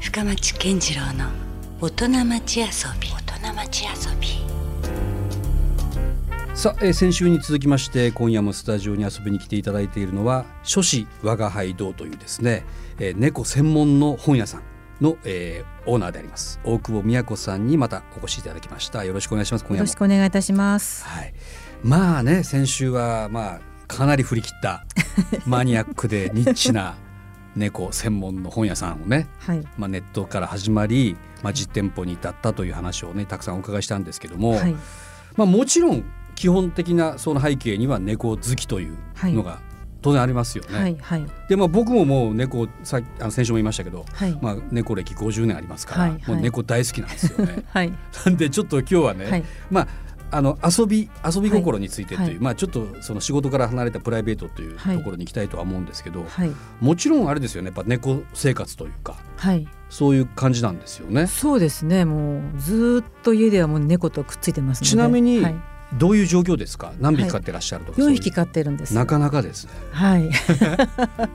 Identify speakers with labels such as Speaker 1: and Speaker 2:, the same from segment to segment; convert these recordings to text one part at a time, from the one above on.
Speaker 1: 深町健次郎の大人町遊び大人町遊び
Speaker 2: さあ、えー先週に続きまして今夜もスタジオに遊びに来ていただいているのは書士我が輩堂というですね、えー猫専門の本屋さんの、えーオーナーであります大久保美也子さんにまたお越しいただきましたよろしくお願いします今
Speaker 3: よ
Speaker 2: 夜
Speaker 3: ろ
Speaker 2: も
Speaker 3: しくお願いいたします。
Speaker 2: はい、まあね先週はまあかなり振り切った マニアックでニッチな猫専門の本屋さんをね、
Speaker 3: はい。
Speaker 2: まあ、ネットから始まり、まあ、実店舗に至ったという話をねたくさんお伺いしたんですけども、
Speaker 3: はい。
Speaker 2: まあ、もちろん基本的なその背景には猫好きというのが当然ありますよね。
Speaker 3: はい。はい。
Speaker 2: でまあ、僕ももう猫さっきあの先週も言いましたけど、
Speaker 3: はい。
Speaker 2: まあ、猫歴50年ありますから、
Speaker 3: はいはい。
Speaker 2: もう猫大好きなんですよね
Speaker 3: はい。
Speaker 2: なんでちょっと今日はね、
Speaker 3: はい。
Speaker 2: まあ、あの遊び遊び心についてという、
Speaker 3: はい
Speaker 2: まあ、ちょっとその仕事から離れたプライベートという
Speaker 3: はい
Speaker 2: ところに行きたいとは思うんですけど、
Speaker 3: はい。
Speaker 2: もちろんあれですよねやっぱ猫生活というか
Speaker 3: はい。
Speaker 2: そういう感じなんですよね。
Speaker 3: そうですね。もうずーっと家ではもう猫とくっついてますので。
Speaker 2: ちなみに
Speaker 3: はい
Speaker 2: どういう状況ですか何匹飼ってらっしゃるとか、
Speaker 3: 四、
Speaker 2: そういう
Speaker 3: 匹飼ってるんです。
Speaker 2: なかなかですね。
Speaker 3: はい。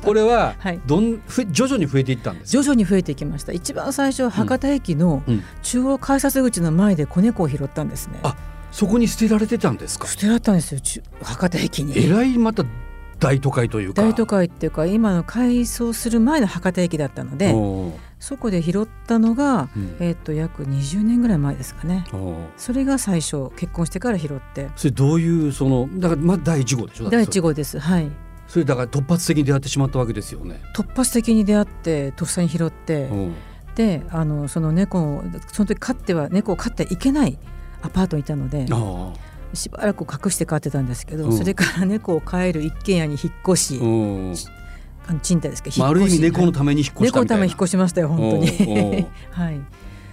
Speaker 2: これは
Speaker 3: はい
Speaker 2: どん、ふ徐々に増えていったんです
Speaker 3: 徐
Speaker 2: か
Speaker 3: 々に増えていきました。一番最初は博多駅の
Speaker 2: うんうん
Speaker 3: 中央改札口の前で子猫を拾ったんですね。
Speaker 2: あそこに捨てられてたんですか
Speaker 3: 捨てられたんですよ。中博多駅
Speaker 2: え
Speaker 3: に。
Speaker 2: らいまた大都会というか
Speaker 3: 大都会っていうか今の改装する前の博多駅だったので
Speaker 2: おー
Speaker 3: そこで拾ったのが、
Speaker 2: うん
Speaker 3: えっと約20年ぐらい前ですかね
Speaker 2: おー
Speaker 3: それが最初結婚してから拾って
Speaker 2: それどういうそのだからまあ第一号でしょだって
Speaker 3: 第
Speaker 2: それ
Speaker 3: 一号ですはい
Speaker 2: それだから突発的に出会ってしまったわけですよね。
Speaker 3: 突発的に出会ってとっさに拾って
Speaker 2: うん
Speaker 3: であのその猫をその時飼っては猫を飼ってはいけないアパートにいたので
Speaker 2: あ
Speaker 3: しばらく隠して飼ってたんですけど、
Speaker 2: うん
Speaker 3: それから猫を飼える一軒家に引っ越し、
Speaker 2: あ、うん
Speaker 3: あの賃貸ですけど
Speaker 2: まあ、ある
Speaker 3: 引
Speaker 2: 意
Speaker 3: っ越
Speaker 2: 味
Speaker 3: し
Speaker 2: 猫のために引っ越し
Speaker 3: 猫
Speaker 2: た
Speaker 3: の
Speaker 2: みた
Speaker 3: た
Speaker 2: いな。
Speaker 3: めに引っ越しましたよ本当
Speaker 2: おうおう
Speaker 3: に はい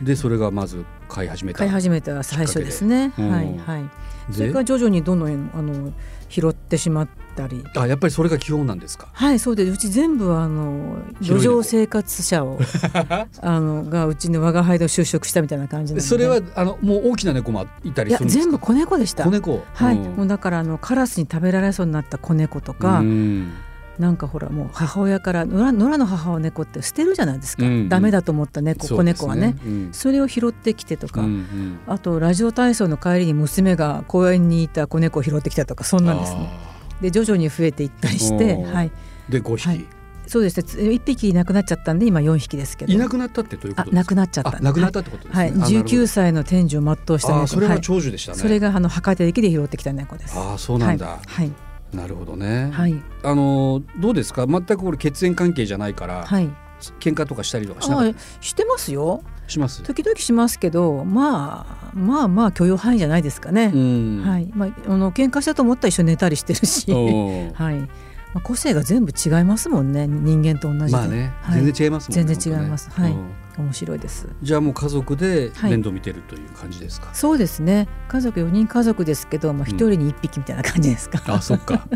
Speaker 2: でそれがまず飼い始めた。
Speaker 3: 飼い始めた最初ですね
Speaker 2: きっか
Speaker 3: は
Speaker 2: けでう
Speaker 3: い
Speaker 2: ん
Speaker 3: はいそれ
Speaker 2: で
Speaker 3: から徐々にどんどんあの拾ってしまったり
Speaker 2: あやっぱりそれが基本なんですか。
Speaker 3: はいそうですうち全部あの
Speaker 2: 広いね
Speaker 3: 路上生活 者をあのがうちの我が輩で就職したみたいな感じなので
Speaker 2: それはあのもう大きな猫もいた
Speaker 3: い
Speaker 2: り
Speaker 3: や
Speaker 2: するんですか。
Speaker 3: 全部子猫でした
Speaker 2: 子猫。
Speaker 3: はい、
Speaker 2: うん
Speaker 3: もうだからあのカラスに食べられそうになった子猫とか、
Speaker 2: うん
Speaker 3: なんかほらもう母親から野良野良の母猫って捨てるじゃないですか、
Speaker 2: うんうん
Speaker 3: ダメだと思った猫
Speaker 2: そう
Speaker 3: 子
Speaker 2: です
Speaker 3: 猫はね
Speaker 2: うん
Speaker 3: それを拾ってきてとか、
Speaker 2: うんうん
Speaker 3: あとラジオ体操の帰りに娘が公園にいた子猫を拾ってきたとかそんなんですね
Speaker 2: あ
Speaker 3: で徐々に増えていったりして、
Speaker 2: おー
Speaker 3: はい、
Speaker 2: ーで五匹、
Speaker 3: はいそうですねつ一匹いなくなっちゃったんで今四匹ですけど
Speaker 2: いなくなったってどういうこ
Speaker 3: あ
Speaker 2: とですか。
Speaker 3: なくなっちゃった
Speaker 2: あなくなったってことですね。
Speaker 3: はい、
Speaker 2: あなるほど
Speaker 3: 19歳の天寿を全うした猫
Speaker 2: あーそれは
Speaker 3: はい
Speaker 2: 長寿でしたね。
Speaker 3: それがあの博多駅で拾ってきた猫です
Speaker 2: あーそうなんだ、
Speaker 3: はい
Speaker 2: なるほどね。
Speaker 3: はいはい、
Speaker 2: あのどうですか全くこれ血縁関係じゃないから、
Speaker 3: はい
Speaker 2: 喧嘩とかしたりとかしなかった
Speaker 3: あしてますよ
Speaker 2: します。
Speaker 3: 時々しますけどまあまあまあ許容範囲じゃないですかね、
Speaker 2: ん
Speaker 3: はいまああの喧嘩したと思ったら一緒に寝たりしてるし、
Speaker 2: おー
Speaker 3: はいまあ、個性が全部違いますもんね人間と同じで、
Speaker 2: まあね、
Speaker 3: はい
Speaker 2: 全然違いますもんね。
Speaker 3: 全然違います
Speaker 2: 本当ね
Speaker 3: はい
Speaker 2: うん
Speaker 3: 面白いです
Speaker 2: じゃあもう家族で
Speaker 3: はい
Speaker 2: 面倒見てるという感じ ですか。
Speaker 3: そうですね家族4人家族ですけど、まあ、1人に1匹みたいな感じで すか、
Speaker 2: あ、そっか。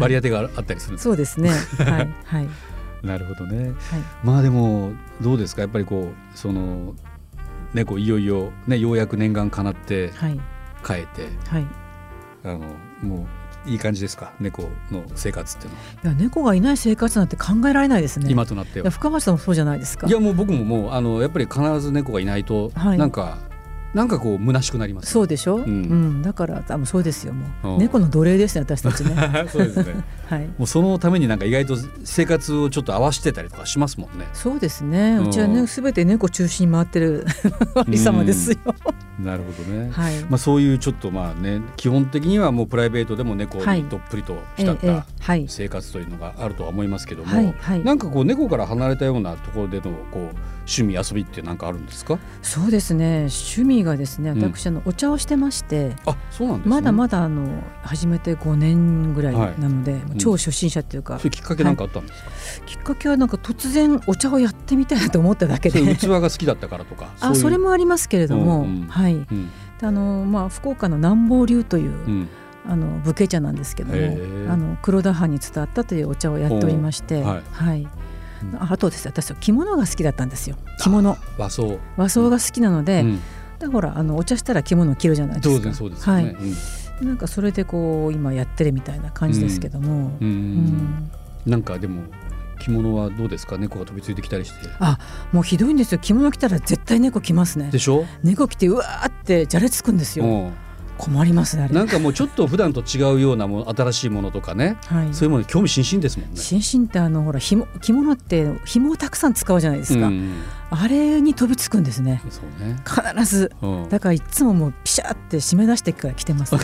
Speaker 2: 割り当てがあったりするんです
Speaker 3: そうですね。はいはい
Speaker 2: なるほどね。
Speaker 3: はい。
Speaker 2: まあでもどうですか。やっぱりこうその猫いよいよねようやく念願叶って
Speaker 3: はい
Speaker 2: 帰って
Speaker 3: はい。い
Speaker 2: あのもういい感じですか。猫の生活っていうのは、
Speaker 3: や猫がいない生活なんて考えられないですね。
Speaker 2: 今となって
Speaker 3: い
Speaker 2: は
Speaker 3: や。深町さんもそうじゃないですか。
Speaker 2: いやもう僕ももうあのやっぱり必ず猫がいないと、
Speaker 3: はい
Speaker 2: なんかなんかこう虚しくなります。
Speaker 3: そうでしょ。うんん、だから多分そうですよも
Speaker 2: う
Speaker 3: うん猫の奴隷ですね私たち ね。
Speaker 2: そうですね。
Speaker 3: はい。
Speaker 2: もうそのためになんか意外と生活をちょっと合わせてたりとかしますもんね。
Speaker 3: そうですね。
Speaker 2: うん
Speaker 3: うちはねすべて猫中心に回ってる ありさまですよ。
Speaker 2: なるほどね。
Speaker 3: はい。
Speaker 2: まあそういうちょっとまあね基本的にはもうプライベートでも猫
Speaker 3: は
Speaker 2: に
Speaker 3: い
Speaker 2: どっぷりと
Speaker 3: ええ
Speaker 2: 浸っ
Speaker 3: ええ
Speaker 2: た
Speaker 3: はい
Speaker 2: 生活というのがあるとは思いますけども、
Speaker 3: はいはい
Speaker 2: なんかこう猫から離れたようなところでのこう趣味遊びってなんかあるんですか？
Speaker 3: そうですね趣味がですね
Speaker 2: うん
Speaker 3: 私、あのお茶をしてまして、
Speaker 2: あそうなんですね。
Speaker 3: まだ
Speaker 2: だ
Speaker 3: まだあの始めて5年ぐらいなので、
Speaker 2: ん
Speaker 3: 超初心者っていうか
Speaker 2: そういうきっかけなんかあったんですか？
Speaker 3: きっかけはなんか突然お茶をやってみたいなと思っただけ
Speaker 2: そ
Speaker 3: で
Speaker 2: ういう器が好きだったからとか。う
Speaker 3: あ
Speaker 2: いう
Speaker 3: それ。もありますけれども、
Speaker 2: うんうん
Speaker 3: はいで
Speaker 2: うん
Speaker 3: あのまあ福岡の南房流という、
Speaker 2: うん
Speaker 3: あの武家茶なんですけど
Speaker 2: へ
Speaker 3: も
Speaker 2: え
Speaker 3: あの黒田藩に伝わったというお茶をやっておりまして、
Speaker 2: おーは
Speaker 3: はいい
Speaker 2: うん
Speaker 3: ああとですね私は着物が好きだったんですよ着物
Speaker 2: 和装。
Speaker 3: 和装が好きなので、
Speaker 2: うん
Speaker 3: でほらあのお茶したら着物を着るじゃないです
Speaker 2: 当
Speaker 3: か
Speaker 2: 然そうですよね。
Speaker 3: はいで、なんかそれでこう今やってるみたいな感じですけども、
Speaker 2: うん、う
Speaker 3: うん
Speaker 2: んなんかでも着物はどうですか猫が飛びついてきたりして
Speaker 3: あもうひどいんですよ着物着たら絶対猫来ますね
Speaker 2: でしょ
Speaker 3: 猫来てうわーってじゃれつくんです
Speaker 2: う
Speaker 3: よ
Speaker 2: ん
Speaker 3: 困りますねあれ
Speaker 2: なんかもうちょっと普段と違うようなもの新しいものとかね
Speaker 3: はい
Speaker 2: そういうものに興味津々ですもんね。
Speaker 3: 心身ってあのほらひも着物って紐をたくさん使うじゃないですか、
Speaker 2: うん
Speaker 3: あれに飛びつくんですね
Speaker 2: うんそうね、
Speaker 3: 必ず
Speaker 2: うん、
Speaker 3: だからいつももうピシャーって締め出してから来てます、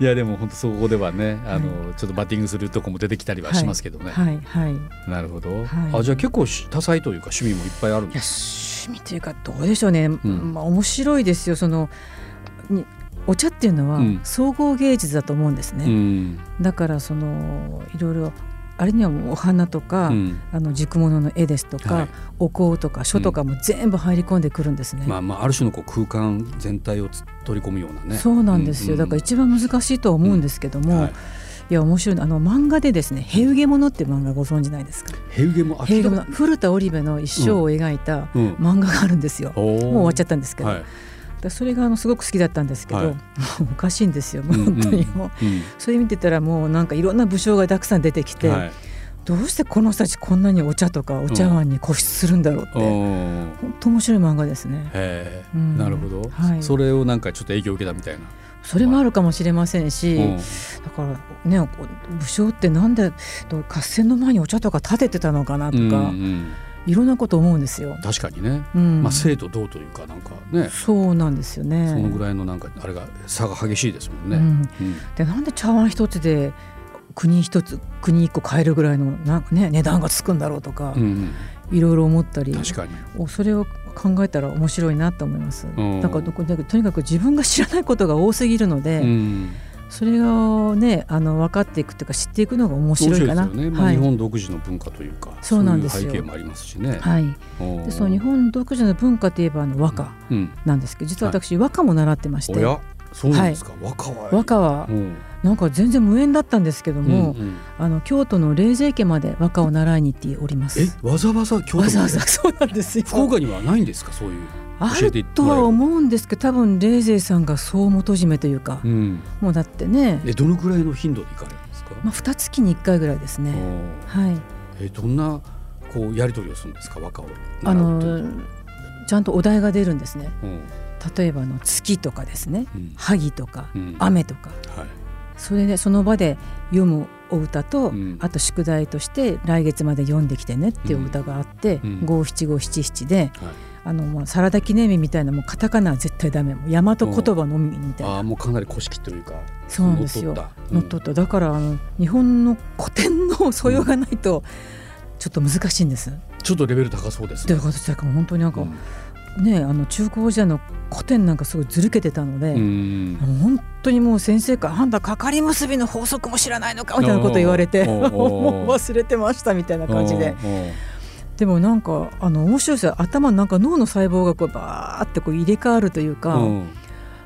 Speaker 2: いやでも本当そこではねあの、ちょっとバッティングするとこも出てきたりはしますけどね、
Speaker 3: はいはいい
Speaker 2: なるほど、
Speaker 3: はい
Speaker 2: あじゃあ結構し多彩というか趣味もいっぱいあるんで
Speaker 3: や
Speaker 2: す
Speaker 3: 趣味というかどうでしょうね、
Speaker 2: ん
Speaker 3: まあ面白いですよそのにお茶っていうのは
Speaker 2: うん
Speaker 3: 総合芸術だと思うんです
Speaker 2: う
Speaker 3: ね、
Speaker 2: ん
Speaker 3: だからそのいろいろあれにはもうお花とか、
Speaker 2: うん
Speaker 3: あの軸物の絵ですとか、
Speaker 2: はい
Speaker 3: お香とか書とかも全部入り込んでくるんですね。
Speaker 2: まあまあある種のこう空間全体をつ取り込むようなね
Speaker 3: そうなんですよ、
Speaker 2: うん
Speaker 3: だから一番難しいとは思うんですけども、
Speaker 2: はい
Speaker 3: い、や面白いのあの漫画でですね「ヘウゲモノ」っていう漫画ご存知ないですか
Speaker 2: ヘウゲも
Speaker 3: ヘウゲモ
Speaker 2: も
Speaker 3: ノ古田織部の一生を描いた
Speaker 2: うん
Speaker 3: 漫画があるんですよ、
Speaker 2: もう
Speaker 3: もう終わっちゃ
Speaker 2: っ
Speaker 3: ったんですけど、
Speaker 2: はい
Speaker 3: だからそれがあのすごく好きだったんですけど、
Speaker 2: はい
Speaker 3: おかしいんですよもう
Speaker 2: うんうん
Speaker 3: 本当にもう、それ見てたらもうなんかいろんな武将がたくさん出てき
Speaker 2: う
Speaker 3: て、
Speaker 2: ん、はい
Speaker 3: どうしてこの人たちこんなにお茶とかお茶碗に固執するんだろうって、
Speaker 2: おー
Speaker 3: 本当面白い漫画ですね。
Speaker 2: へえ、
Speaker 3: うん
Speaker 2: なるほど、
Speaker 3: はい
Speaker 2: それをなんかちょっと影響を受けたみたいな、
Speaker 3: それもあるかもしれませんし、
Speaker 2: うん
Speaker 3: だからね武将ってなんでと合戦の前にお茶とか立ててたのかなとか、
Speaker 2: うんうん
Speaker 3: いろんなこと思うんですよ。
Speaker 2: 確かにね、
Speaker 3: うん
Speaker 2: まあ生と同というかなんかね、
Speaker 3: そうなんですよね。
Speaker 2: そのぐらいのなんかあれが差が激しいですもんね、
Speaker 3: うん
Speaker 2: うん
Speaker 3: でなんで茶碗一つで国一つ国一個買えるぐらいのなんか、ね、値段がつくんだろうとか、
Speaker 2: うん
Speaker 3: いろいろ思った
Speaker 2: う
Speaker 3: り
Speaker 2: ん、確かに
Speaker 3: おそれを考えたら面白いなと思います。
Speaker 2: うん
Speaker 3: だからどこだからとにかく自分が知らないことが多すぎるので、
Speaker 2: うん
Speaker 3: それをねあの分かっていくというか知っていくのが面白いかな。
Speaker 2: 面白ですよね、まあ
Speaker 3: はい
Speaker 2: 日本独自の文化というか
Speaker 3: そうなんですよ
Speaker 2: そういう背景もありますしね、
Speaker 3: はい、
Speaker 2: おー
Speaker 3: でその日本独自の文化といえばあの和歌
Speaker 2: うん、
Speaker 3: なんですけど実は私和歌も習ってまし
Speaker 2: お
Speaker 3: て、
Speaker 2: やそうなんですか、若は
Speaker 3: 和歌は
Speaker 2: うん
Speaker 3: なんか全然無縁だったんですけども、
Speaker 2: うんうん
Speaker 3: あの京都の冷泉家まで和歌を習いに行っておりま
Speaker 2: え
Speaker 3: す。
Speaker 2: わざわざ京都まで
Speaker 3: わざわざそうなんですよ。
Speaker 2: 福岡にはないんですかそういう、
Speaker 3: あ
Speaker 2: 教え
Speaker 3: る
Speaker 2: てもらえる
Speaker 3: とは思うんですけど多分冷泉さんが総元締めというか、
Speaker 2: うん、
Speaker 3: もうだってね、
Speaker 2: えどのくらいの頻度で行かれるんですか、
Speaker 3: まあ、2月に1回ぐらいです
Speaker 2: お
Speaker 3: ね。
Speaker 2: ー
Speaker 3: はい、
Speaker 2: えどんなこうやり取りをするんですか和歌を
Speaker 3: あ
Speaker 2: 習うと
Speaker 3: のちゃんとお題が出るんですね
Speaker 2: うん
Speaker 3: 例えばあの月とかですね
Speaker 2: うん
Speaker 3: 萩とか
Speaker 2: うん
Speaker 3: 雨とか
Speaker 2: はい
Speaker 3: それでその場で読むお歌と、
Speaker 2: うん
Speaker 3: あと宿題として来月まで読んできてねっていうお歌があって
Speaker 2: うん
Speaker 3: 五七五七七で
Speaker 2: はい、
Speaker 3: あのもうサラダ記念日みたいなもうカタカナは絶対ダメもう大和言葉のみみたいな
Speaker 2: ああもうかなり古式というか
Speaker 3: そうなんですよ
Speaker 2: 乗っ取った
Speaker 3: 乗っ取っただからあの日本の古典の素養がないとちょっと難しいんです。
Speaker 2: うんちょっとレベル高そうです
Speaker 3: とい
Speaker 2: ね
Speaker 3: うことで本当になんか、
Speaker 2: うん
Speaker 3: ねあの中高時代の古典なんかすごいずるけてたので。
Speaker 2: うん
Speaker 3: もう本当にもう先生から「あんたかかり結びの法則も知らないのか」みたいなこと言われて
Speaker 2: おーおー
Speaker 3: もう忘れてましたみたいな感じで
Speaker 2: おーおー
Speaker 3: でもなんかあの面白いですよ頭のなんか脳の細胞がこうバーってこう入れ替わるというか、
Speaker 2: うん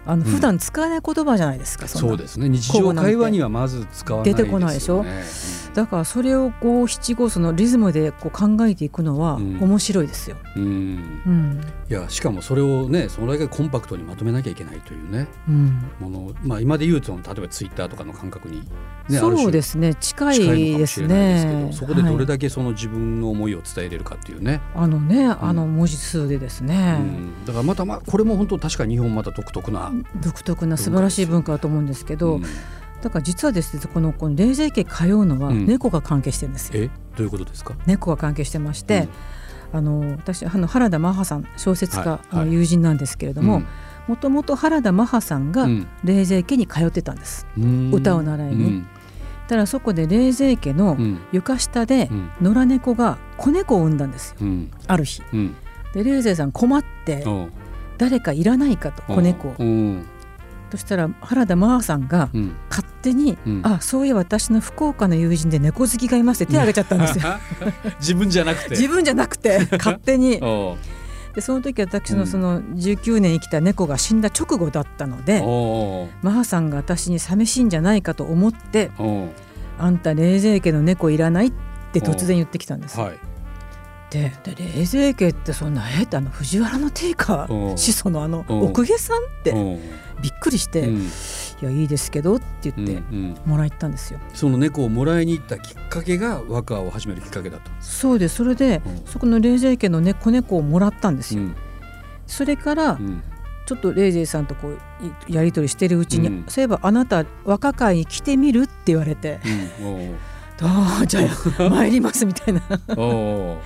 Speaker 3: あの普段使わない言葉じゃないですか、んな
Speaker 2: そうですね日常会話にはまず使わない
Speaker 3: 出てこないでしょ
Speaker 2: すよね
Speaker 3: だからそれを五七五そのリズムでこう考えていくのは
Speaker 2: うん
Speaker 3: 面白いですよ。
Speaker 2: うんうん
Speaker 3: うん
Speaker 2: いやしかもそれをねそれだけコンパクトにまとめなきゃいけないというね
Speaker 3: うん
Speaker 2: ものまあ今で言うと例えばツイッターとかの感覚にねある
Speaker 3: そう
Speaker 2: 種
Speaker 3: ですね近
Speaker 2: 近いのか
Speaker 3: い
Speaker 2: も
Speaker 3: で
Speaker 2: し
Speaker 3: す
Speaker 2: れないですけど
Speaker 3: ね。
Speaker 2: そこでどれ
Speaker 3: はい
Speaker 2: だけその自分の思いを伝えれるかっていうね、
Speaker 3: あのねあの文字数でですね、
Speaker 2: うんだからまたまあこれも本当確かに日本また独特な、
Speaker 3: 独特な素晴らしい文化だと思うんですけど、
Speaker 2: うん
Speaker 3: だから実はですねこのこの冷泉家通うのは
Speaker 2: うん
Speaker 3: 猫が関係してるんですよ、
Speaker 2: えどういうことですか
Speaker 3: 猫が関係してまして、あの私あの原田マハさん小説
Speaker 2: はい
Speaker 3: 家
Speaker 2: はい
Speaker 3: の友人なんですけれどももともと原田マハさんが
Speaker 2: うん
Speaker 3: 冷泉家に通ってたんです、
Speaker 2: うん
Speaker 3: 歌を習いにただそこで冷泉家の
Speaker 2: うん
Speaker 3: 床下で
Speaker 2: うん
Speaker 3: 野良猫が子猫を産んだんですよ
Speaker 2: うん
Speaker 3: ある日
Speaker 2: うん
Speaker 3: で冷泉さん困って
Speaker 2: うん
Speaker 3: 誰かいらないかと子猫を
Speaker 2: うん
Speaker 3: そしたら原田マハさんが
Speaker 2: うん
Speaker 3: 勝手に、
Speaker 2: うん
Speaker 3: あそういえば私の福岡の友人で猫好きがいますって手を挙げちゃったんですよ
Speaker 2: 自分じゃなくて
Speaker 3: 自分じゃなくて 勝手に
Speaker 2: おう
Speaker 3: でその時私
Speaker 2: うん
Speaker 3: のその19年生きた猫が死んだ直後だったので、
Speaker 2: おう
Speaker 3: マハさんが私に寂しいんじゃないかと思って
Speaker 2: おう
Speaker 3: 「あんた冷静家の猫いらない?」って突然言ってきたんです。
Speaker 2: はい
Speaker 3: でで冷静家ってそんなえってあの藤原の定家
Speaker 2: おう
Speaker 3: 子祖のあの
Speaker 2: おう
Speaker 3: 奥下さんって
Speaker 2: おう
Speaker 3: びっくりして、
Speaker 2: う
Speaker 3: い
Speaker 2: ん
Speaker 3: いやいいですけどって
Speaker 2: う
Speaker 3: 言
Speaker 2: ん
Speaker 3: って
Speaker 2: うん、
Speaker 3: もらったんですよ。
Speaker 2: その猫をもらいに行ったきっかけが和歌を始めるきっかけだったんです
Speaker 3: そうですそれで、
Speaker 2: うん
Speaker 3: そこのレイジェイ家のね子猫をもらったんです
Speaker 2: う
Speaker 3: よ。
Speaker 2: ん
Speaker 3: それから
Speaker 2: うん
Speaker 3: ちょっとレイジェイさんとこういやり取りしてるうちに、
Speaker 2: うん
Speaker 3: そういえばあなた若会に来てみるって言われ て
Speaker 2: うんおう
Speaker 3: 「ああじゃあ参ります」みた いな
Speaker 2: おう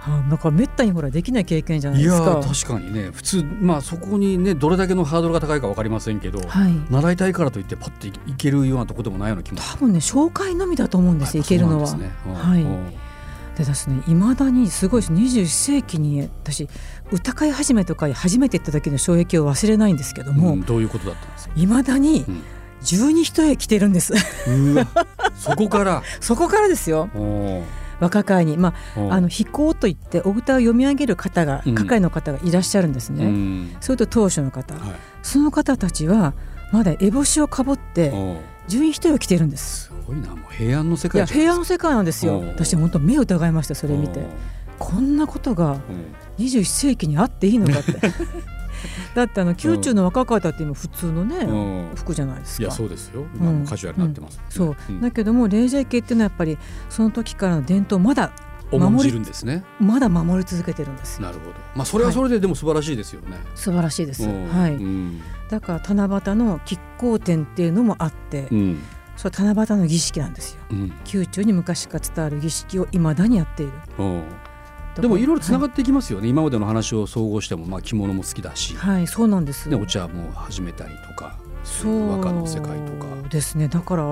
Speaker 3: はあなんかめったにほらできない経験じゃな い
Speaker 2: い
Speaker 3: で
Speaker 2: や
Speaker 3: すか。
Speaker 2: ー確かにね普通まあそこにねどれだけのハードルが高いかわかりませんけど、
Speaker 3: はい
Speaker 2: 習いたいからといってパッていけるようなとこでもないような気も
Speaker 3: 多分ね紹介のみだと思うんですよ行けるのは。
Speaker 2: そうなんですねうん
Speaker 3: はい
Speaker 2: うん
Speaker 3: で私ねいまだにすごいです21世紀に私歌会始めとか初めて行った時の衝撃を忘れないんですけど
Speaker 2: う
Speaker 3: も
Speaker 2: んどういうことだったんですか
Speaker 3: いま、未だに
Speaker 2: うん
Speaker 3: 12一重着てるんです
Speaker 2: うわそこから
Speaker 3: そこからですよ
Speaker 2: おう
Speaker 3: 若会にま
Speaker 2: お
Speaker 3: あ
Speaker 2: う
Speaker 3: あの飛行といってお歌を読み上げる方が
Speaker 2: うん
Speaker 3: 係の方がいらっしゃるんです
Speaker 2: う
Speaker 3: ね、
Speaker 2: ん
Speaker 3: それと当初の方
Speaker 2: はい
Speaker 3: その方たちはまだ烏帽子をかぶって
Speaker 2: おう
Speaker 3: 十一重着てるんです
Speaker 2: すごいなもう平安の世
Speaker 3: い
Speaker 2: 界
Speaker 3: や
Speaker 2: じゃない
Speaker 3: 平安の世界なんですよ
Speaker 2: おう
Speaker 3: 私本当目を疑いましたそれ見てこんなこと
Speaker 2: お
Speaker 3: が
Speaker 2: ううん
Speaker 3: 21世紀にあっていいのかって だってあの宮中の若い方って今普通のね、
Speaker 2: うん
Speaker 3: 服じゃないです
Speaker 2: い
Speaker 3: か
Speaker 2: やそうですよ今もカジュアルになってます、
Speaker 3: そう、
Speaker 2: ん
Speaker 3: だけども冷静系っていうのはやっぱりその時からの伝統をまだ
Speaker 2: 重ん
Speaker 3: 守
Speaker 2: じ
Speaker 3: り
Speaker 2: るんですね
Speaker 3: まだ守り続けてるんですよ
Speaker 2: なるほどまあそれはそれででも素晴らしいですよね、
Speaker 3: 素晴らしいです、
Speaker 2: うん
Speaker 3: はい、
Speaker 2: うん
Speaker 3: だから七夕の亀甲展っていうのもあって、
Speaker 2: うん
Speaker 3: それは七夕の儀式なんですよ
Speaker 2: うん
Speaker 3: 宮中に昔から伝わる儀式を未だにやっている
Speaker 2: うんでもいろいろつなが
Speaker 3: っ
Speaker 2: っていきますよね、今までの話を総合しても、まあ、着物も好きだし、
Speaker 3: はい、はいそうなんです
Speaker 2: ね、お茶も始めたりとか
Speaker 3: そ
Speaker 2: そういう
Speaker 3: う
Speaker 2: 和歌の世界とか、
Speaker 3: ですねだから、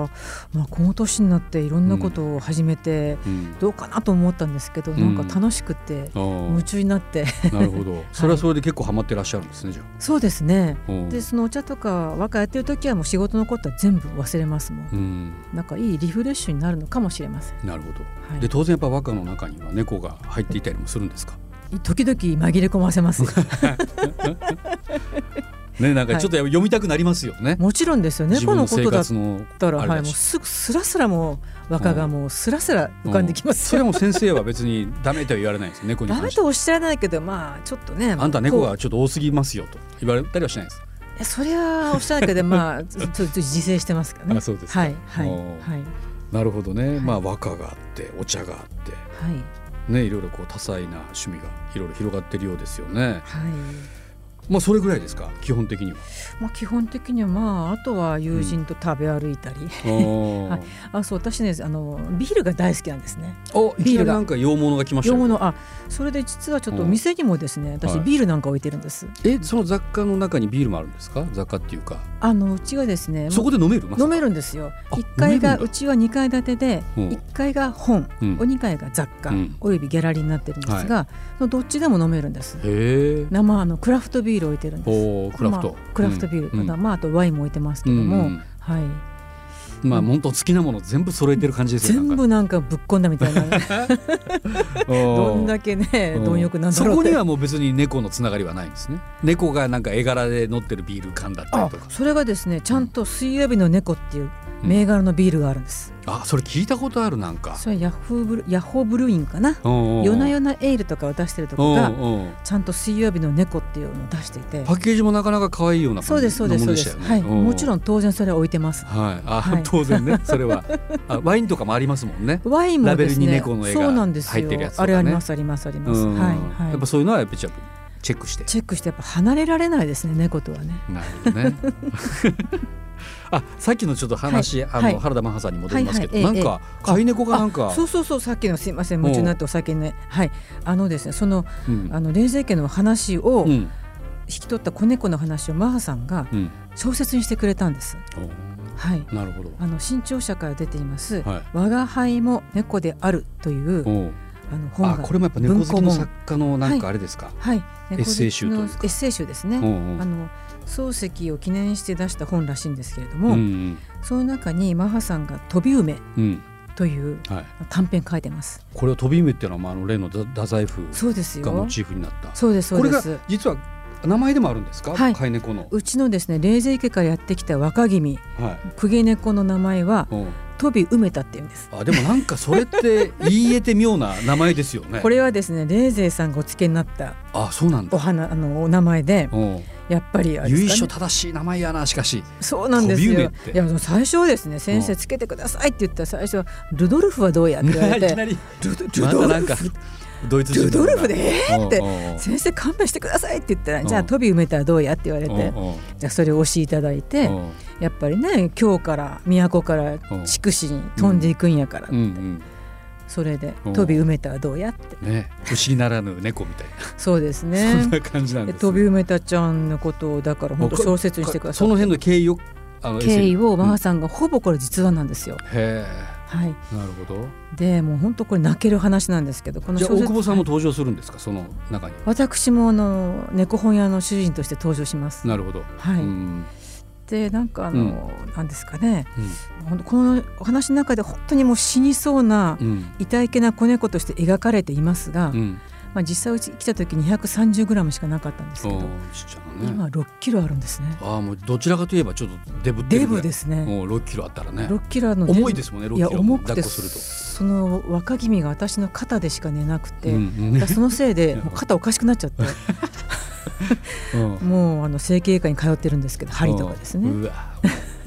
Speaker 3: まあ、この年になっていろんなことを始めて、
Speaker 2: うん、
Speaker 3: どうかなと思ったんですけど、
Speaker 2: ん
Speaker 3: なんか楽しくて
Speaker 2: あ
Speaker 3: 夢中になって、
Speaker 2: ーなるほどそれはそれで結構ハマってらっしゃるんですねじゃあ。
Speaker 3: そうですね
Speaker 2: うん
Speaker 3: でそのお茶とか和歌やってる時はもう仕事のことは全部忘れますもん、
Speaker 2: うん、
Speaker 3: なんかいいリフレッシュになるのかもしれません
Speaker 2: なるほど、
Speaker 3: はい
Speaker 2: で当然やっぱ和歌の中には猫が入っていたりもするんです か
Speaker 3: 時々紛れ込ませます
Speaker 2: ねなんかちょっとやっぱ読みたくなりますよね、
Speaker 3: もちろんですよ猫のことだっ
Speaker 2: の
Speaker 3: たら
Speaker 2: あれ
Speaker 3: はい
Speaker 2: だ
Speaker 3: もう
Speaker 2: し
Speaker 3: すぐすらすらもう和歌がもうすらすら浮かんできます
Speaker 2: うんそれ
Speaker 3: よ、
Speaker 2: も先生は別にダメとは言われないんです猫に
Speaker 3: ダメ
Speaker 2: 関して
Speaker 3: とおっしゃらないけどまあちょっとね
Speaker 2: あんた猫
Speaker 3: こ
Speaker 2: がちょっと多すぎますよと言われたりはしないです
Speaker 3: ういやそれはおっしゃらないけ どまあちょっと自制してますからね
Speaker 2: あそうですか
Speaker 3: はいはいは
Speaker 2: おー
Speaker 3: い
Speaker 2: なるほどね、
Speaker 3: い
Speaker 2: まあ和歌があってお茶があって
Speaker 3: はい
Speaker 2: ねいろいろこう多彩な趣味がいろいろ広がってるようですよね
Speaker 3: はい
Speaker 2: まあそれぐらいですか基本的 には
Speaker 3: まあ、基本的にはまああとは友人と食べ歩いたり、
Speaker 2: お
Speaker 3: はいあそう私ねあのビールが大好きなんですね
Speaker 2: おいき
Speaker 3: ビー
Speaker 2: な
Speaker 3: ル
Speaker 2: り
Speaker 3: が
Speaker 2: なんか洋物が来ました
Speaker 3: 洋
Speaker 2: よ
Speaker 3: 物あそれで実はちょっと
Speaker 2: うん
Speaker 3: 店にもですね私
Speaker 2: はい
Speaker 3: ビールなんか置いてるんです、
Speaker 2: えその雑貨の中にビールもあるんですか雑貨っていうか
Speaker 3: あのうちがですね
Speaker 2: そこで飲めるまさ
Speaker 3: 飲
Speaker 2: か
Speaker 3: めるんですよ
Speaker 2: あ
Speaker 3: 1
Speaker 2: 飲
Speaker 3: 階
Speaker 2: める
Speaker 3: が
Speaker 2: んだ
Speaker 3: うちは2階建てで
Speaker 2: うん
Speaker 3: 1階が本、
Speaker 2: うん
Speaker 3: お2階が雑貨、
Speaker 2: うん
Speaker 3: およびギャラリーになってるんですが、そのどっちでも飲めるんです
Speaker 2: へえ
Speaker 3: 生あのクラフトビール置いてるんです
Speaker 2: おークラフト、
Speaker 3: まあクラフトビール、
Speaker 2: うん
Speaker 3: まだまああとワインも置いてますけ
Speaker 2: う
Speaker 3: ど
Speaker 2: ん
Speaker 3: も、
Speaker 2: うん
Speaker 3: はい
Speaker 2: まあ本当好きなもの全部揃えてる感じですよ
Speaker 3: 全部なんかぶっこんだみた いな
Speaker 2: なんかおー
Speaker 3: どんだけね
Speaker 2: うん
Speaker 3: 貪欲なんだ
Speaker 2: そ
Speaker 3: ろう
Speaker 2: こ
Speaker 3: っ
Speaker 2: に
Speaker 3: て
Speaker 2: はもう別に猫のつながりはないんですね猫がなんか絵柄で乗ってるビール缶だったり
Speaker 3: あ
Speaker 2: とか
Speaker 3: それがですねちゃんと「水曜日の猫」っていう銘柄のビールがあるんです、
Speaker 2: あそれ聞いたことあるなんか
Speaker 3: それはヤフーブルヤホーブルーインかな
Speaker 2: 夜
Speaker 3: 夜な夜なエールとかを出してるとこがちゃんと「水曜日の猫」っていうのを出していて
Speaker 2: パッケージもなかなか可愛いような
Speaker 3: そう
Speaker 2: 感
Speaker 3: です
Speaker 2: じ
Speaker 3: そ
Speaker 2: の
Speaker 3: う
Speaker 2: も
Speaker 3: ですそ
Speaker 2: の
Speaker 3: う
Speaker 2: で
Speaker 3: で
Speaker 2: したよ
Speaker 3: す
Speaker 2: ね
Speaker 3: はいもちろ
Speaker 2: ん
Speaker 3: ん当然それは置いてます
Speaker 2: はいあ、
Speaker 3: はい
Speaker 2: 当然ねそれは あワインとかもありますもんね
Speaker 3: ワインもですね
Speaker 2: ラベルに猫の絵が
Speaker 3: そうなんです
Speaker 2: 入っ
Speaker 3: よ
Speaker 2: てるやつとか
Speaker 3: あ
Speaker 2: ね
Speaker 3: れありますありますあります、
Speaker 2: うん
Speaker 3: はい
Speaker 2: やっ
Speaker 3: は
Speaker 2: ぱそういうのはやっぱりチェックして
Speaker 3: いチェックしてやっぱ離れられないですね猫とはね
Speaker 2: なるほどね あさっきのちょっと話、
Speaker 3: はい
Speaker 2: あの、
Speaker 3: はい
Speaker 2: 原田真帆さんに戻りますけど、
Speaker 3: はいはいええ
Speaker 2: なんか飼い猫がなん
Speaker 3: あ
Speaker 2: か
Speaker 3: そうそうそうさっきのすいません夢中になってお酒ねはいあのですねその
Speaker 2: うん
Speaker 3: あの冷泉家の話を
Speaker 2: うん
Speaker 3: 引き取った子猫の話をマハさんが
Speaker 2: うん
Speaker 3: 小説にしてくれたんです。
Speaker 2: お
Speaker 3: はい。
Speaker 2: なるほど
Speaker 3: あの新潮社から出ています。
Speaker 2: はい
Speaker 3: 我が輩も猫であるという
Speaker 2: お
Speaker 3: あの本
Speaker 2: あ
Speaker 3: が
Speaker 2: これもやっぱ猫好き
Speaker 3: 文庫
Speaker 2: の
Speaker 3: 本
Speaker 2: 作家のなんかあれですか、
Speaker 3: はい猫
Speaker 2: エ
Speaker 3: 好きの
Speaker 2: ッセイ集というか
Speaker 3: エッセイ集ですね。
Speaker 2: おうおう
Speaker 3: あの漱石を記念して出した本らしいんですけれども、
Speaker 2: うん
Speaker 3: その中にマハさんが飛び梅
Speaker 2: うんうん
Speaker 3: という
Speaker 2: はい
Speaker 3: 短編書いてます。
Speaker 2: これは飛び梅っていうのはまああの例の太太宰府
Speaker 3: そうです
Speaker 2: がモ
Speaker 3: よ。
Speaker 2: チーフになった
Speaker 3: そうですそう
Speaker 2: これ
Speaker 3: で
Speaker 2: が
Speaker 3: す。
Speaker 2: 実は名前でもあるんですか、
Speaker 3: はい
Speaker 2: 飼い猫の、
Speaker 3: うちのですね冷泉家からやってきた若君
Speaker 2: はい
Speaker 3: 公家猫の名前は
Speaker 2: うん、
Speaker 3: 飛び梅田って言うんです。
Speaker 2: あでもなんかそれって言い得て妙な名前ですよね
Speaker 3: これはですね、レーゼーさんがお付けになった
Speaker 2: あそうなん
Speaker 3: お
Speaker 2: だ
Speaker 3: 花あのお名前で、
Speaker 2: うん
Speaker 3: やっぱりあれです
Speaker 2: 由
Speaker 3: かね
Speaker 2: 緒正しい名前やなしかし
Speaker 3: そうなんです
Speaker 2: 飛び梅
Speaker 3: よ。
Speaker 2: って
Speaker 3: いやでも最初はですね先生つけてくださいって言ったら最初はルドルフはどうやって言われ
Speaker 2: いき
Speaker 3: て
Speaker 2: なり
Speaker 3: ルドル
Speaker 2: ま
Speaker 3: ド
Speaker 2: たな
Speaker 3: ル
Speaker 2: んか
Speaker 3: フ
Speaker 2: ドイツ人
Speaker 3: ルドルフでえーって
Speaker 2: うんうんうん
Speaker 3: 先生勘弁してくださいって言った
Speaker 2: う
Speaker 3: ら
Speaker 2: ん
Speaker 3: じゃあ飛び埋めたらどうやって言われて
Speaker 2: うんうん
Speaker 3: じゃあそれを教えいただいて
Speaker 2: うん
Speaker 3: やっぱりね京から都から
Speaker 2: ん
Speaker 3: 筑紫に飛んでいくんやから
Speaker 2: うん
Speaker 3: それで
Speaker 2: うん
Speaker 3: 飛び埋めたらどうやって
Speaker 2: うんね不思議ならぬ猫みたいな
Speaker 3: そうです
Speaker 2: そん
Speaker 3: ね
Speaker 2: な感じなん
Speaker 3: で
Speaker 2: です
Speaker 3: 飛び埋めたちゃんのことをだから本当小説にしてくださ
Speaker 2: そ
Speaker 3: い
Speaker 2: の辺の経緯をあの
Speaker 3: 経緯をマ
Speaker 2: うん
Speaker 3: ハ
Speaker 2: へ
Speaker 3: さんがほぼこれ実話なんですよ。
Speaker 2: え
Speaker 3: はい
Speaker 2: なるほど
Speaker 3: でもう本当これ泣ける話なんですけどこの
Speaker 2: じゃあ
Speaker 3: 小
Speaker 2: 大
Speaker 3: 説
Speaker 2: 久保さんも登場するんですかその中には
Speaker 3: 私もあの猫本屋の主人として登場します。
Speaker 2: なるほど
Speaker 3: はい
Speaker 2: うん
Speaker 3: でなんかあの、なんですかね
Speaker 2: うん
Speaker 3: ほんとこのお話の中で本当にもう死にそうな
Speaker 2: うん
Speaker 3: 痛いけな子猫として描かれていますが、
Speaker 2: うん
Speaker 3: まあ、実際うち来た時 230g しかなかったんです
Speaker 2: う
Speaker 3: けど、
Speaker 2: んちっちゃなね
Speaker 3: 今6キロあるんですね。
Speaker 2: ああもうどちらかといえばちょっとデブって
Speaker 3: デ
Speaker 2: るぐら
Speaker 3: ブ
Speaker 2: い
Speaker 3: ですね。
Speaker 2: もう6キロあったらね
Speaker 3: 6キロの
Speaker 2: 重いですもんね6
Speaker 3: い
Speaker 2: キ
Speaker 3: や
Speaker 2: ロ
Speaker 3: 重く
Speaker 2: 抱
Speaker 3: て
Speaker 2: っこすると
Speaker 3: その若君が私の肩でしか寝なくて、
Speaker 2: うんうん
Speaker 3: だからそのせ いで
Speaker 2: うん
Speaker 3: もう肩おかしくなっちゃって
Speaker 2: うん
Speaker 3: もうあの整形外科に通ってるんですけど針とかです
Speaker 2: うん
Speaker 3: ね
Speaker 2: うわ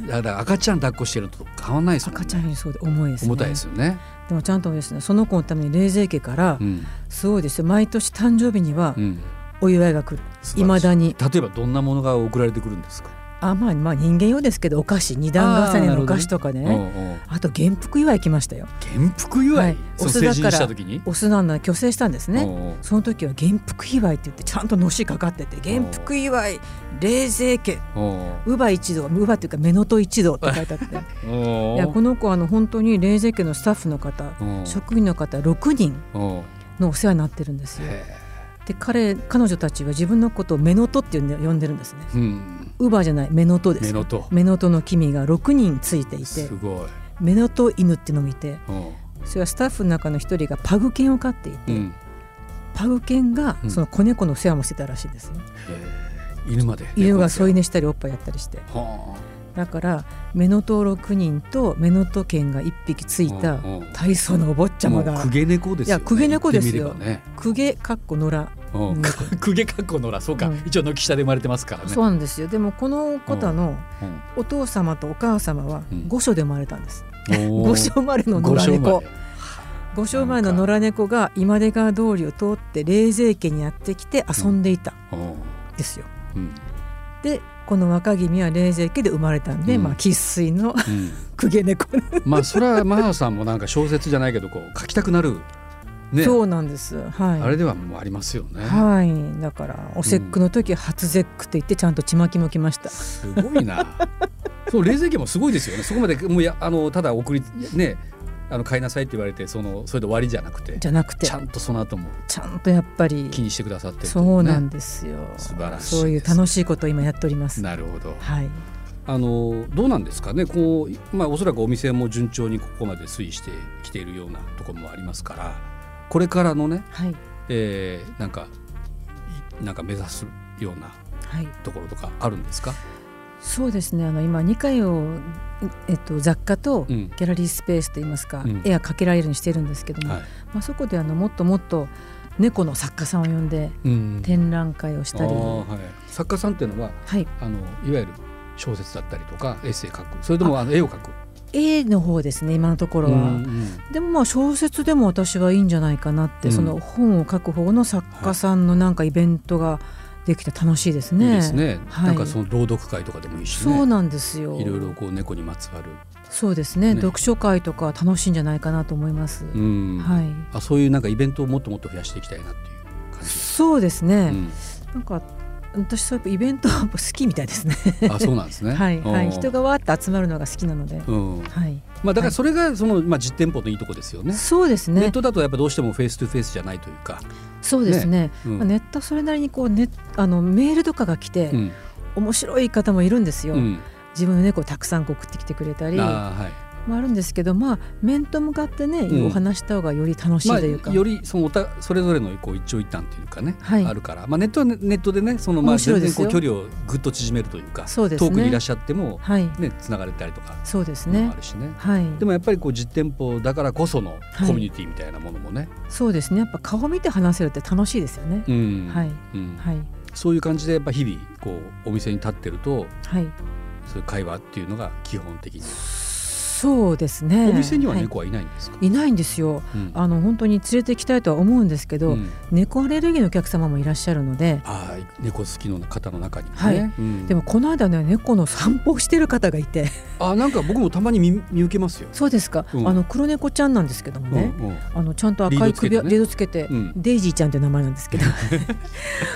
Speaker 2: いやだから赤ちゃん抱っこしてるのと変わんないですもんね
Speaker 3: 赤ちゃんよりそうで重いですね
Speaker 2: 重たいですよね、
Speaker 3: でもちゃんとですねその子のために冷静家から
Speaker 2: うん
Speaker 3: すごいですよ毎年誕生日には
Speaker 2: うん、
Speaker 3: お祝いが来る
Speaker 2: 素晴らしい
Speaker 3: いまだに
Speaker 2: 例えばどんなものが送られてくるんですか
Speaker 3: あまあまあ人間用ですけどお菓子二段重ねのお菓子とか
Speaker 2: お
Speaker 3: ね
Speaker 2: う
Speaker 3: あ
Speaker 2: おう
Speaker 3: と元服祝い来ましたよ
Speaker 2: 元服祝い、
Speaker 3: はい
Speaker 2: その
Speaker 3: オス
Speaker 2: 成
Speaker 3: だか
Speaker 2: 人
Speaker 3: ら
Speaker 2: した時に
Speaker 3: オスなんだ虚勢したんです
Speaker 2: お
Speaker 3: ね
Speaker 2: うおう
Speaker 3: その時は元服祝いって言ってちゃんとのしかかってて元服祝い冷静家
Speaker 2: お
Speaker 3: 乳母一同乳母っていうか目のと一同って書いてあって
Speaker 2: うおう
Speaker 3: いやこの子はあの本当に冷静家のスタッフの方
Speaker 2: おう
Speaker 3: 職員の方6人
Speaker 2: おう
Speaker 3: のお世話になってるんですよ
Speaker 2: へ
Speaker 3: で彼彼女たちは自分のことをメノトって呼んで呼んでるんですね
Speaker 2: えうん
Speaker 3: ウーバーじゃないメノトで
Speaker 2: 目
Speaker 3: す
Speaker 2: のと
Speaker 3: メノトの君が6人ついていて
Speaker 2: すごい
Speaker 3: メノト犬っていうのもいて
Speaker 2: おう
Speaker 3: それはスタッフの中の一人がパグ犬を飼っていて、
Speaker 2: うん
Speaker 3: パグ犬が
Speaker 2: うん
Speaker 3: その子猫の世話もしてたらしいんですね、
Speaker 2: 犬まで
Speaker 3: 犬が添い
Speaker 2: い
Speaker 3: 寝したりおっぱいやったりして
Speaker 2: は
Speaker 3: だからメノト6人とメノト犬が1匹ついた
Speaker 2: うんうん
Speaker 3: 体操のお坊ち
Speaker 2: あ
Speaker 3: ゃ
Speaker 2: も
Speaker 3: ま
Speaker 2: う
Speaker 3: が
Speaker 2: 公家猫ですよ、ね、
Speaker 3: いや公家猫ですよ
Speaker 2: 言ってみればね
Speaker 3: 公家かっこ野良
Speaker 2: うん
Speaker 3: 猫
Speaker 2: 公家格好のらそうか、
Speaker 3: うん
Speaker 2: 一応軒下で生まれてますからね
Speaker 3: そうなんですよでもこの方の
Speaker 2: うん
Speaker 3: お父様とお母様は
Speaker 2: うん
Speaker 3: 御所で生まれたんです、
Speaker 2: おー
Speaker 3: 御所生まれの野良
Speaker 2: 御所
Speaker 3: 猫
Speaker 2: まで
Speaker 3: 御所生まれの野良猫が今出川通りを通って冷泉家にやってきて遊んでいた
Speaker 2: うん
Speaker 3: んですよ、
Speaker 2: うん
Speaker 3: でこの若君は冷泉家で生まれたんで、
Speaker 2: うん
Speaker 3: まあ生粋の
Speaker 2: う ん
Speaker 3: 公家猫、
Speaker 2: ま あそれはマハさんもなんか小説じゃないけどこう書きたくなるね
Speaker 3: そうなんですはい
Speaker 2: あれではもうありますよね。
Speaker 3: はいだからお節句の時初節句って言ってちゃんとちまきも来ました、
Speaker 2: すごい な。そう冷静家もすごいですよね。そこまでもうやあのただ送りねあの買いなさいって言われてそのそれで終わりじゃなくて
Speaker 3: じゃなくて
Speaker 2: ち
Speaker 3: ち
Speaker 2: ゃ
Speaker 3: ゃ
Speaker 2: んとその後も
Speaker 3: んとやっぱり
Speaker 2: 気にしてくださってるとい
Speaker 3: そうなん
Speaker 2: ね。
Speaker 3: ですよ、
Speaker 2: 素晴らしいです
Speaker 3: そういう楽しいことを今やっております
Speaker 2: なるほど。
Speaker 3: はい
Speaker 2: あのどうなんですかねこう、まあ、おそらくお店も順調にここまで推移してきているようなところもありますからこれからのね、
Speaker 3: はい
Speaker 2: えーなんかいなんか目指すような
Speaker 3: はい
Speaker 2: ところとかあるんですか、
Speaker 3: そうですねあの今2階を、えっと、雑貨と
Speaker 2: うん
Speaker 3: ギャラリースペースといいますか、
Speaker 2: うん
Speaker 3: 絵がかけられるようにしてるんですけども、
Speaker 2: はい
Speaker 3: まあ、そこであのもっともっと猫の作家さんを呼んで
Speaker 2: うん、
Speaker 3: 展覧会をしたり、
Speaker 2: あーはい、作家さんっていうのは
Speaker 3: はい、
Speaker 2: あのいわゆる小説だったりとかエッセイ書くそれともあの絵を描く
Speaker 3: 絵の方ですね今のところは。
Speaker 2: うんうん
Speaker 3: でもまあ小説でも私はいいんじゃないかなって、
Speaker 2: うん
Speaker 3: その本を書く方の作家さんのなんかイベントができて楽しいですね。
Speaker 2: いいですね、
Speaker 3: はい
Speaker 2: なんかその朗読会とかでもいいし
Speaker 3: そう
Speaker 2: ね
Speaker 3: なんですよ。
Speaker 2: いろいろこう猫にまつわる、
Speaker 3: そうですね
Speaker 2: ね
Speaker 3: 読書会とか楽しいんじゃないかなと思います。
Speaker 2: うん
Speaker 3: はい。
Speaker 2: あそういうなんかイベントをもっともっと増やしていきたいなっていう感じです
Speaker 3: そうです
Speaker 2: う
Speaker 3: ね。
Speaker 2: ん
Speaker 3: なんか私そういうイベントは好きみたいですね。
Speaker 2: あそうなんですね。
Speaker 3: はいはい。
Speaker 2: うん
Speaker 3: 人がわーって集まるのが好きなので。
Speaker 2: うん。
Speaker 3: はい。
Speaker 2: まあだからそれがそのまあ実店舗のいいとこですよね。
Speaker 3: そうです
Speaker 2: ネッ
Speaker 3: ね。
Speaker 2: トだとやっぱどうしてもフェイストゥフェイスじゃないというか。
Speaker 3: そうですね。
Speaker 2: うん
Speaker 3: まあネットそれなりにこうねあのメールとかが来て、
Speaker 2: うん。
Speaker 3: 面白い方もいるんですよ。
Speaker 2: うん。
Speaker 3: 自分の猫をたくさんこう送ってきてくれたり。
Speaker 2: あーはい。
Speaker 3: まあ、あるんですけど、まあ、面と向かってね、
Speaker 2: うん
Speaker 3: お話した方がより楽しい
Speaker 2: ま
Speaker 3: というか、
Speaker 2: あよりそのおたそれぞれのこう一長一短というかね、
Speaker 3: はい
Speaker 2: あるから。まあネットはねネットでねそのまあ
Speaker 3: 面白
Speaker 2: 全
Speaker 3: いで
Speaker 2: 然
Speaker 3: す
Speaker 2: こ
Speaker 3: よ
Speaker 2: う距離をぐっと縮めるというか、
Speaker 3: そうですね
Speaker 2: 遠くにいらっしゃっても
Speaker 3: はい、
Speaker 2: ね繋がれたりとか
Speaker 3: そうです
Speaker 2: のも
Speaker 3: ね
Speaker 2: あ。るしね。
Speaker 3: はい、
Speaker 2: でもやっぱりこう実店舗だからこそのコミュニティみたいなものもね。
Speaker 3: そうですね。やっぱ顔見て話せるって楽しいですよね。
Speaker 2: うん。
Speaker 3: はい
Speaker 2: うん。
Speaker 3: はい、
Speaker 2: そういう感じでやっぱ日々こうお店に立ってるとそう
Speaker 3: はい
Speaker 2: いう会話っていうのが基本的に、
Speaker 3: そうですね
Speaker 2: お店にはい猫はいないんですか、
Speaker 3: いないんですよ
Speaker 2: うん
Speaker 3: あの本当に連れて行きたいとは思うんですけど、
Speaker 2: うん
Speaker 3: 猫アレルギーのお客様もいらっしゃるので
Speaker 2: あー猫好きの方の中にもね、
Speaker 3: はい
Speaker 2: うん
Speaker 3: でもこの間ね猫の散歩をしてる方がいて
Speaker 2: あなんか僕もたまに見見受けますよ、
Speaker 3: そうですか、
Speaker 2: うん
Speaker 3: あの黒猫ちゃんなんですけどもね、
Speaker 2: うんうん
Speaker 3: あのちゃんと赤い首輪リ
Speaker 2: リ
Speaker 3: ードつけて,、
Speaker 2: うん
Speaker 3: デイジーちゃんって名前なんです けど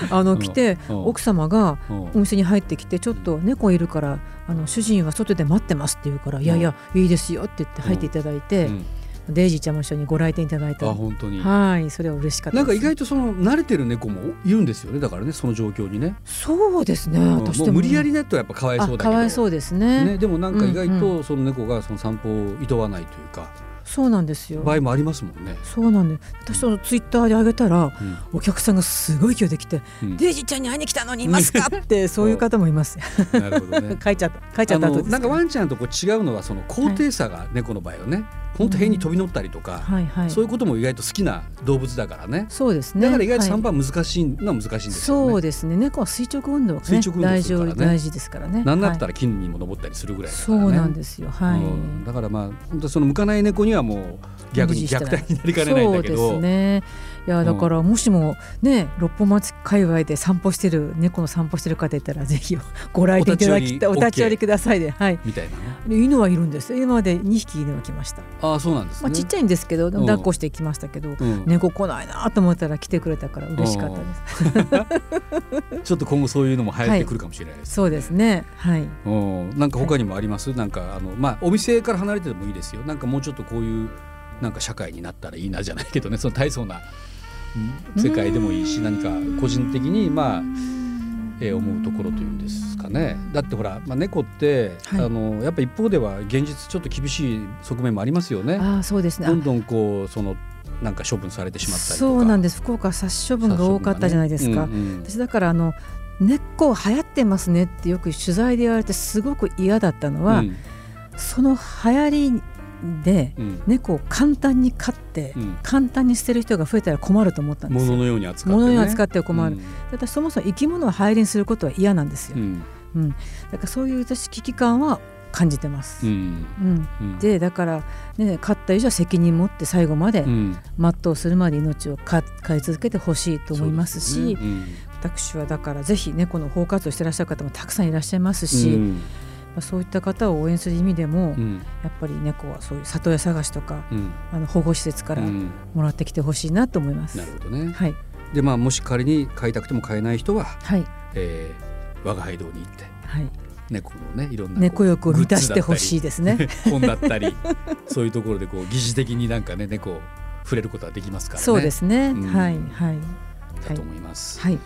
Speaker 3: あの来て、
Speaker 2: うん
Speaker 3: 奥様が
Speaker 2: うん
Speaker 3: お店に入ってきてちょっと猫いるからあの主人は外で待ってますって言うから、いやいやいいですよって言って入っていただいて、
Speaker 2: うん
Speaker 3: デイジーちゃんも一緒にご来店いただいた
Speaker 2: あ本当に
Speaker 3: はいそれは嬉しかった
Speaker 2: な
Speaker 3: で
Speaker 2: ん
Speaker 3: す
Speaker 2: か意外とその慣れてる猫もいるんですよねだからねその状況にね、
Speaker 3: そうですね、
Speaker 2: うんも
Speaker 3: 私
Speaker 2: う
Speaker 3: でも
Speaker 2: 無理やりだとやっぱかわいそうだ
Speaker 3: あ
Speaker 2: けど
Speaker 3: かわいそうですね
Speaker 2: ね、でもなんか意外
Speaker 3: うん
Speaker 2: とその猫がその散歩を厭わないというか、
Speaker 3: そうなんですよ
Speaker 2: 場合もありますもんね。
Speaker 3: そうなんです私そのツイッターで上げたら
Speaker 2: うん
Speaker 3: お客さんがすごい勢いで来て
Speaker 2: う
Speaker 3: 「
Speaker 2: ん
Speaker 3: デイジーちゃんに会いに来たのにいますか?」ってそういう方もいます
Speaker 2: なるほ どね
Speaker 3: 書いちゃった書いちゃった
Speaker 2: あ
Speaker 3: 後
Speaker 2: の
Speaker 3: です
Speaker 2: なんかワンちゃんとこう違うのはその高低差が猫の場合はね、本当塀に飛び乗ったりとか、
Speaker 3: はいはい
Speaker 2: そ
Speaker 3: そう
Speaker 2: いうことも意外と好きな動物だからね。
Speaker 3: うですね
Speaker 2: だから意外と散
Speaker 3: はい
Speaker 2: 歩は難しいのは難しいんですよね。
Speaker 3: そうですね猫は垂直運動がね
Speaker 2: 垂直運動
Speaker 3: 大
Speaker 2: するからね
Speaker 3: 丈夫大事ですからね
Speaker 2: なんだっ
Speaker 3: は
Speaker 2: たら木にも登ったりするぐ
Speaker 3: い
Speaker 2: らいだか
Speaker 3: そ
Speaker 2: らね。
Speaker 3: うなんですよはい、
Speaker 2: うんだからまあ本当その向かない猫にはもう逆に
Speaker 3: 無理し
Speaker 2: 虐
Speaker 3: てない
Speaker 2: 待になりかねないんだけ
Speaker 3: そうです
Speaker 2: ど。
Speaker 3: ねいや
Speaker 2: ん
Speaker 3: だからもしもね、六本松界隈で散歩してる猫の散歩してる方いたらぜひ ご来店いただきたい
Speaker 2: お
Speaker 3: お
Speaker 2: 立ち寄り OK
Speaker 3: 立ち寄りくださいで、はい
Speaker 2: みたいなね。
Speaker 3: で犬はいるんです今まで2匹犬が来ました、
Speaker 2: ああそうなんです
Speaker 3: ま
Speaker 2: ね。
Speaker 3: あ、ちっちゃいんですけど、
Speaker 2: ん
Speaker 3: 抱っこしてきましたけど、
Speaker 2: うん
Speaker 3: 猫来ないなと思ったら来てくれたから嬉しかったです、
Speaker 2: ちょっと今後そういうのも流行ってくるかもしれないです。
Speaker 3: そうですねはい
Speaker 2: うん、なんか他にもあります、なんかあのまあお店から離れてでもいいですよなんかもうちょっとこういうなんか社会になったらいいなじゃないけどね その大層なうん世界でもいいし何か個人的にまあ、えー思うところというんですかねだってほら、まあ、猫って、
Speaker 3: はい
Speaker 2: あのやっぱ一方では現実ちょっと厳しい側面もありますよね
Speaker 3: ああそうですね
Speaker 2: ど
Speaker 3: あ
Speaker 2: んどんこうそのなんか処分されてしまったりとか
Speaker 3: そうなん
Speaker 2: で
Speaker 3: です福岡殺処分が多かったじゃないですか、私だからあの猫流行ってますねってよく取材で言われてすごく嫌だったのは、その流行りで猫を簡単に飼って、
Speaker 2: うん
Speaker 3: 簡単に捨てる人が増えたら困ると思ったんです
Speaker 2: 物
Speaker 3: よ。
Speaker 2: のように扱って、ね、
Speaker 3: 物に扱っては困る、
Speaker 2: うん
Speaker 3: 私そもそも生き物を入りにすることは嫌なんですよ、
Speaker 2: うん
Speaker 3: うんだからそういう私危機感は感じてます、
Speaker 2: う
Speaker 3: うん
Speaker 2: んうん
Speaker 3: でだから、ね、飼った以上は責任持って最後まで
Speaker 2: うん
Speaker 3: 全うするまで命を飼飼い続けてほしいと思います
Speaker 2: そう
Speaker 3: し
Speaker 2: ですねうん
Speaker 3: 私はだからぜひ猫の包括をしてらっしゃる方もたくさんいらっしゃいますし、ま
Speaker 2: ん
Speaker 3: あ、そういった方を応援する意味でも、
Speaker 2: うん
Speaker 3: やっぱり猫はそういう里親探しとか
Speaker 2: うん
Speaker 3: あの保護施設から
Speaker 2: うん
Speaker 3: もらってきてほしいなと思います。
Speaker 2: なるほどね。
Speaker 3: はい
Speaker 2: でまあもし仮に買いたくても買えない人は、
Speaker 3: はい
Speaker 2: えー、我が輩堂に行って
Speaker 3: はい
Speaker 2: 猫のねいろんなこう
Speaker 3: 猫欲を満たしてほしいですね。
Speaker 2: 本だったり そういうところでこう疑似的になんかね猫を触れることはできますからね。
Speaker 3: そうですね。
Speaker 2: うん
Speaker 3: はいはいは
Speaker 2: だ
Speaker 3: い
Speaker 2: と思います。
Speaker 3: はい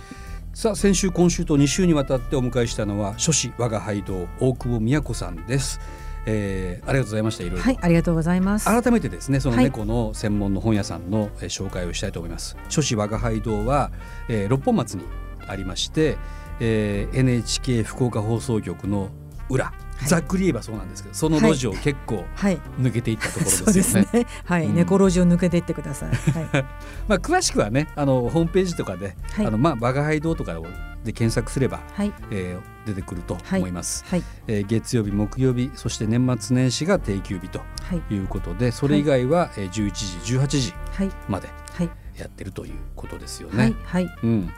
Speaker 2: さあ先週今週と2週にわたってお迎えしたのは書士我が輩堂大久保美也子さんです、えー。ありがとうございましたいろいろ。
Speaker 3: はいありがとうございます。
Speaker 2: 改めてですねその
Speaker 3: はい
Speaker 2: 猫の専門の本屋さんのえー紹介をしたいと思います。書士我が輩堂は、えー六本松にありまして、えー NHK 福岡放送局の裏、
Speaker 3: い
Speaker 2: ざっくり言えばそうなんですけどその路地を結構
Speaker 3: はい。
Speaker 2: 抜けていったところです
Speaker 3: そ
Speaker 2: よ
Speaker 3: う
Speaker 2: ね。
Speaker 3: ですね。 はい、
Speaker 2: うん
Speaker 3: 猫路を抜けていってください。はい、
Speaker 2: まあ詳しくはねあのホームページとかで、
Speaker 3: はい
Speaker 2: あのまあ我が輩堂とかで検索すれば、
Speaker 3: はい、
Speaker 2: えー出てくると
Speaker 3: はい
Speaker 2: 思います。
Speaker 3: はい、
Speaker 2: えー月曜日木曜日そして年末年始が定休日と
Speaker 3: はい、
Speaker 2: いうことでそれ以外は、えー11時18時
Speaker 3: はい、
Speaker 2: まで
Speaker 3: はい、
Speaker 2: やってるということですよね。
Speaker 3: はい、はい、
Speaker 2: うん、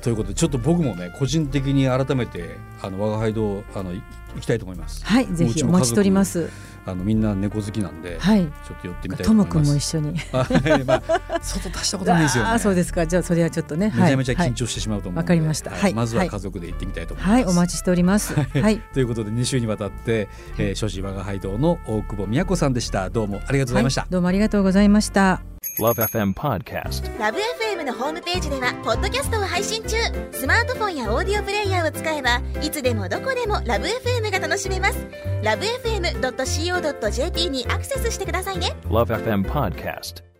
Speaker 2: ということでちょっと僕もね個人的に改めてあの我が輩堂あのい行きたいと思います。
Speaker 3: はい、ぜ
Speaker 2: うち
Speaker 3: ひお
Speaker 2: も
Speaker 3: 待ちしております。
Speaker 2: あのみんな猫好きなんで、
Speaker 3: はい。
Speaker 2: ちょっと寄ってみたいと
Speaker 3: と
Speaker 2: 思
Speaker 3: も
Speaker 2: い
Speaker 3: くん
Speaker 2: ま
Speaker 3: も一
Speaker 2: す。
Speaker 3: 緒に。
Speaker 2: はいまあ外出したことないんですよ
Speaker 3: あ
Speaker 2: ね。
Speaker 3: ーそうですか。じゃあそれはちょっとね。
Speaker 2: めちゃめちゃ緊張してしまうと思うので、
Speaker 3: わかりましたはい
Speaker 2: まずは家族で行ってみたいと思います。
Speaker 3: はい、はい、お待ちしております。はい。
Speaker 2: ということで2週にわたって、えー、諸子我が輩堂の大久保美也子さんでした。どうもありがとうございました
Speaker 3: は。どうもありがとうございました。
Speaker 4: Love FM Podcast.
Speaker 5: ラブ f m のホームページではポッドキャストを配信中スマートフォンやオーディオプレイヤーを使えばいつでもどこでもラブ f m が楽しめますラブ FM.co.jp にアクセスしてくださいね
Speaker 4: Love FM Podcast.